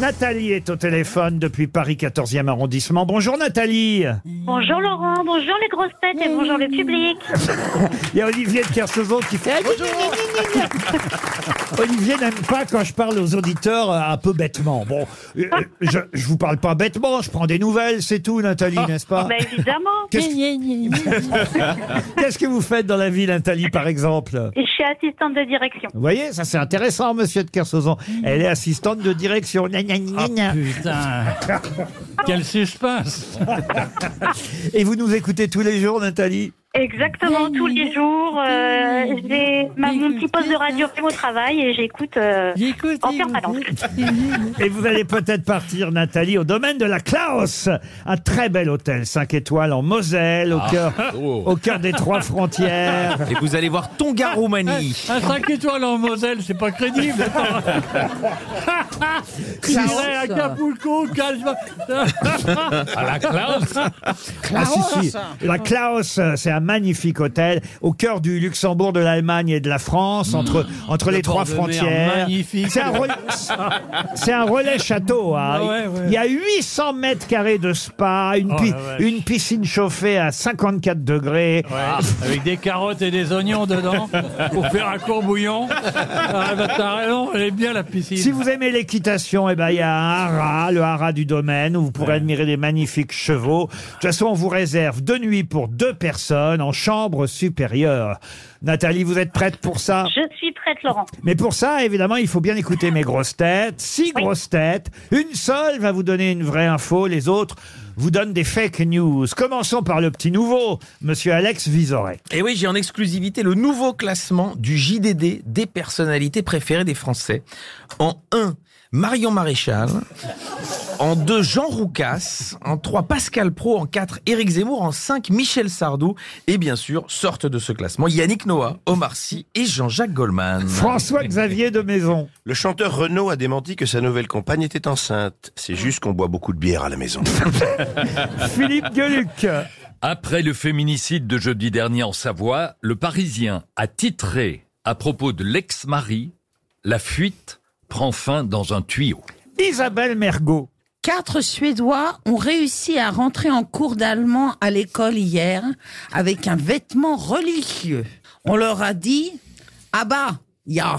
Nathalie est au téléphone depuis Paris 14e arrondissement. Bonjour Nathalie Bonjour Laurent, bonjour les grosses têtes et bonjour le public. Il y a Olivier de Kersauzon qui fait bonjour Olivier n'aime pas quand je parle aux auditeurs euh, un peu bêtement. Bon, euh, je, je vous parle pas bêtement, je prends des nouvelles, c'est tout Nathalie, n'est-ce pas Bah évidemment, Qu'est-ce qu'est-ce que vous faites dans la vie Nathalie par exemple je suis assistante de direction. vous voyez, ça c'est intéressant, monsieur de Kersauzon. Elle est assistante de direction. Gna, gna, gna, Ah, gna. Putain Quel suspense Et vous nous écoutez tous les jours, Nathalie Exactement tous les jours, euh, j'ai ma- mon petit poste de radio fait mon travail et j'écoute euh, J'écoute, en permanence. Et vous allez peut-être partir, Nathalie, au domaine de la Klaus, un très bel hôtel 5 étoiles en Moselle, Ah, au cœur, oh. au cœur des trois frontières. Et vous allez voir Tonga Ah, Roumanie. Un 5 étoiles en Moselle, c'est pas crédible. Ça- J'irai à Capulco, Calva. À la Klaus Ah, si, si. La Klaus, euh, c'est un magnifique hôtel au cœur du Luxembourg, de l'Allemagne et de la France, entre entre les Hmm. trois bord de mer, frontières. magnifique. C'est un relais, c'est un relais château. hein. Ah ouais, ouais. Il y a 800 mètres carrés de spa, une, Oh pi- la vache. une piscine chauffée à 54 degrés. Ah, Avec des carottes et des oignons dedans, pour faire un court bouillon. Ah bah t'as raison, elle est bien la piscine. Si vous aimez l'équitation, eh ben, il y a un haras, le haras du domaine, où vous pourrez admirer des magnifiques chevaux. De toute façon, on vous réserve deux nuits pour deux personnes en chambre supérieure. Nathalie, vous êtes prête pour ça Je suis prête Laurent. Mais pour ça, évidemment, il faut bien écouter mes grosses têtes. Six grosses têtes. Une seule va vous donner une vraie info, les autres vous donnent des fake news. Commençons par le petit nouveau, monsieur Alex Vizorek. Et oui, j'ai en exclusivité le nouveau classement du JDD des personnalités préférées des Français. En 1, Marion Maréchal. En 2, Jean Roucas. En 3, Pascal Pro. En 4, Éric Zemmour. En 5, Michel Sardou. Et bien sûr, sortent de ce classement Yannick Noah, Omar Sy et Jean-Jacques Goldman. François-Xavier de Maison. ah. Le chanteur Renaud a démenti que sa nouvelle compagne était enceinte. C'est juste qu'on boit beaucoup de bière à la maison. Philippe Gueluc. Après le féminicide de jeudi dernier en Savoie, le Parisien a titré à propos de l'ex-mari La fuite prend fin dans un tuyau. Isabelle Mergot. Quatre Suédois ont réussi à rentrer en cours d'allemand à l'école hier avec un vêtement religieux. On leur a dit Ah bah, ya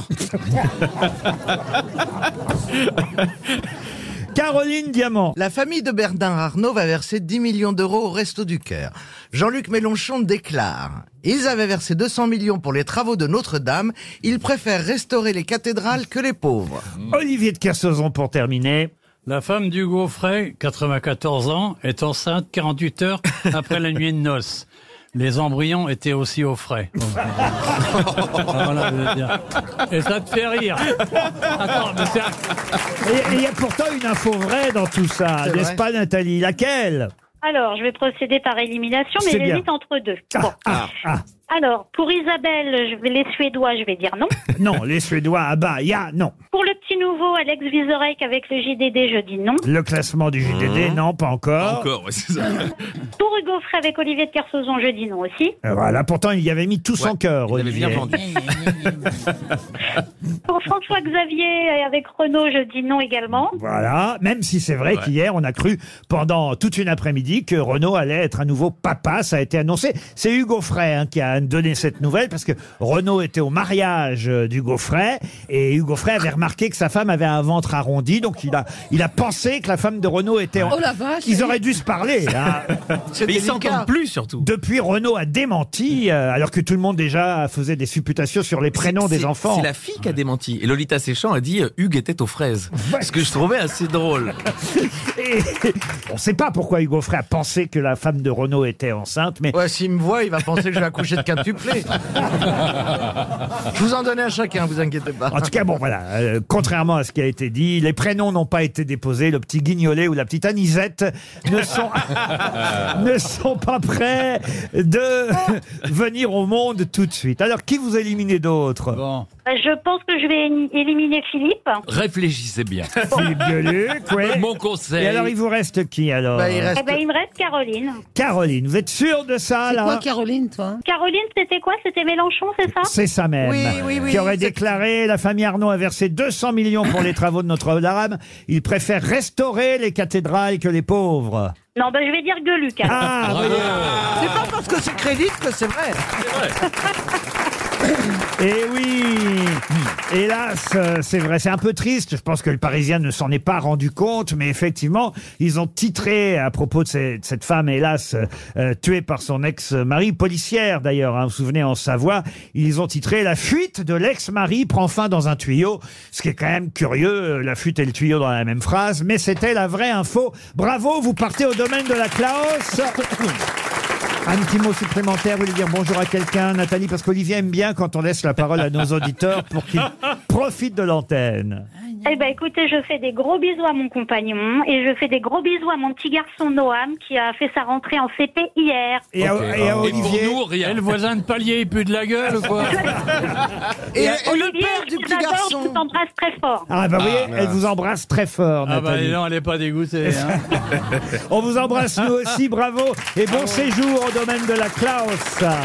Caroline Diamant. La famille de Bernard Arnault va verser 10 millions d'euros au Resto du Cœur. Jean-Luc Mélenchon déclare Ils avaient versé 200 millions pour les travaux de Notre-Dame. Ils préfèrent restaurer les cathédrales que les pauvres. Olivier de Kersauzon pour terminer. La femme d'Hugo Frey, 94 ans, est enceinte 48 heures après la nuit de noces. Les embryons étaient aussi au frais. Ah, Voilà, je veux dire. Et ça te fait rire. Attends, mais c'est un- Et et il y a pourtant une info vraie dans tout ça, C'est n'est-ce vrai. pas Nathalie Laquelle Alors je vais procéder par élimination C'est mais bien. j'hésite entre deux. Bon. ah, ah. Alors pour Isabelle, je vais, les Suédois, je vais dire non. Non, les Suédois, ah bah, il y a, non. Pour le petit nouveau Alex Vizorek avec le JDD, je dis non. Le classement du JDD, non, pas encore. Encore, ouais, c'est ça. Pour Hugo Frey avec Olivier de Kersauzon, je dis non aussi. Euh, Voilà, pourtant il y avait mis tout son cœur, Il avait bien Olivier. vendu. Pour François Xavier et avec Renaud, je dis non également. Voilà, même si c'est vrai qu'hier, on a cru pendant toute une après-midi que Renaud allait être un nouveau papa, ça a été annoncé. C'est Hugo Frey hein, qui a donné cette nouvelle parce que Renaud était au mariage euh, d'Hugo Frey et Hugo Frey avait remarqué que sa femme avait un ventre arrondi, donc il a, il a pensé que la femme de Renaud était en... Oh la vache Ils auraient dû se parler. hein. Mais ils délicat. s'entendent plus surtout. Depuis, Renaud a démenti, euh, alors que tout le monde déjà faisait des supputations sur les prénoms C'est- des c'est- enfants. C'est la fille qui a démenti. Et Lolita Séchant a dit euh, Hugues était aux fraises. Ce que je trouvais assez drôle. Et- on ne sait pas pourquoi Hugo Frey a pensé que la femme de Renaud était enceinte, mais Ouais, s'il me voit, il va penser que je vais accoucher de quintuplé. je vous en donnais à chacun, vous inquiétez pas. En tout cas, bon, voilà. euh, contrairement à ce qui a été dit, les prénoms n'ont pas été déposés. Le petit Guignolet ou la petite Anisette ne sont, ne sont pas prêts de venir au monde tout de suite. Alors, qui vous éliminez d'autres Bon, Bah, Je pense que je vais éni- éliminer Philippe. Réfléchissez bien. Philippe Gueluc, ouais. Mon conseil. Et alors, il vous reste qui, alors Bah, il reste- Eh ben, il me reste Caroline. Caroline, vous êtes sûre de ça, C'est là quoi, Caroline, toi Caroline, c'était quoi C'était Mélenchon, c'est ça C'est ça même. Oui, oui, oui, qui aurait c'est- déclaré la famille Arnaud a versé 200 millions pour les travaux de Notre-Dame. Il préfère restaurer les cathédrales que les pauvres. Non, ben, je vais dire Gueluc. alors. Ah, Bravo. voyez. C'est pas parce que c'est crédit que c'est vrai. Eh oui Hélas, euh, c'est vrai, c'est un peu triste. Je pense que le Parisien ne s'en est pas rendu compte, mais effectivement, ils ont titré à propos de, ces- de cette femme, hélas, euh, euh, tuée par son ex-mari, policière d'ailleurs, hein, vous vous souvenez, en Savoie, ils ont titré « La fuite de l'ex-mari prend fin dans un tuyau », ce qui est quand même curieux, euh, la fuite et le tuyau dans la même phrase, mais c'était la vraie info. Bravo, vous partez au domaine de la Klaus Un petit mot supplémentaire, vous voulez dire bonjour à quelqu'un, Nathalie, parce qu'Olivier aime bien quand on laisse la parole à nos auditeurs pour qu'ils profitent de l'antenne. Eh ben, écoutez, je fais des gros bisous à mon compagnon et je fais des gros bisous à mon petit garçon Noam qui a fait sa rentrée en CP hier. Et, à, et à Et pour Olivier, nous, Et rien. le voisin de palier, il pue de la gueule ou quoi Et, et le Olivier, père du je petit t'adore, je garçon. t'embrasse très fort. ah bah vous voyez, elle vous embrasse très fort, Ah bah Nathalie. non, elle est pas dégoûtée. hein. on vous embrasse nous aussi, bravo, et bon séjour au domaine de la Klaus.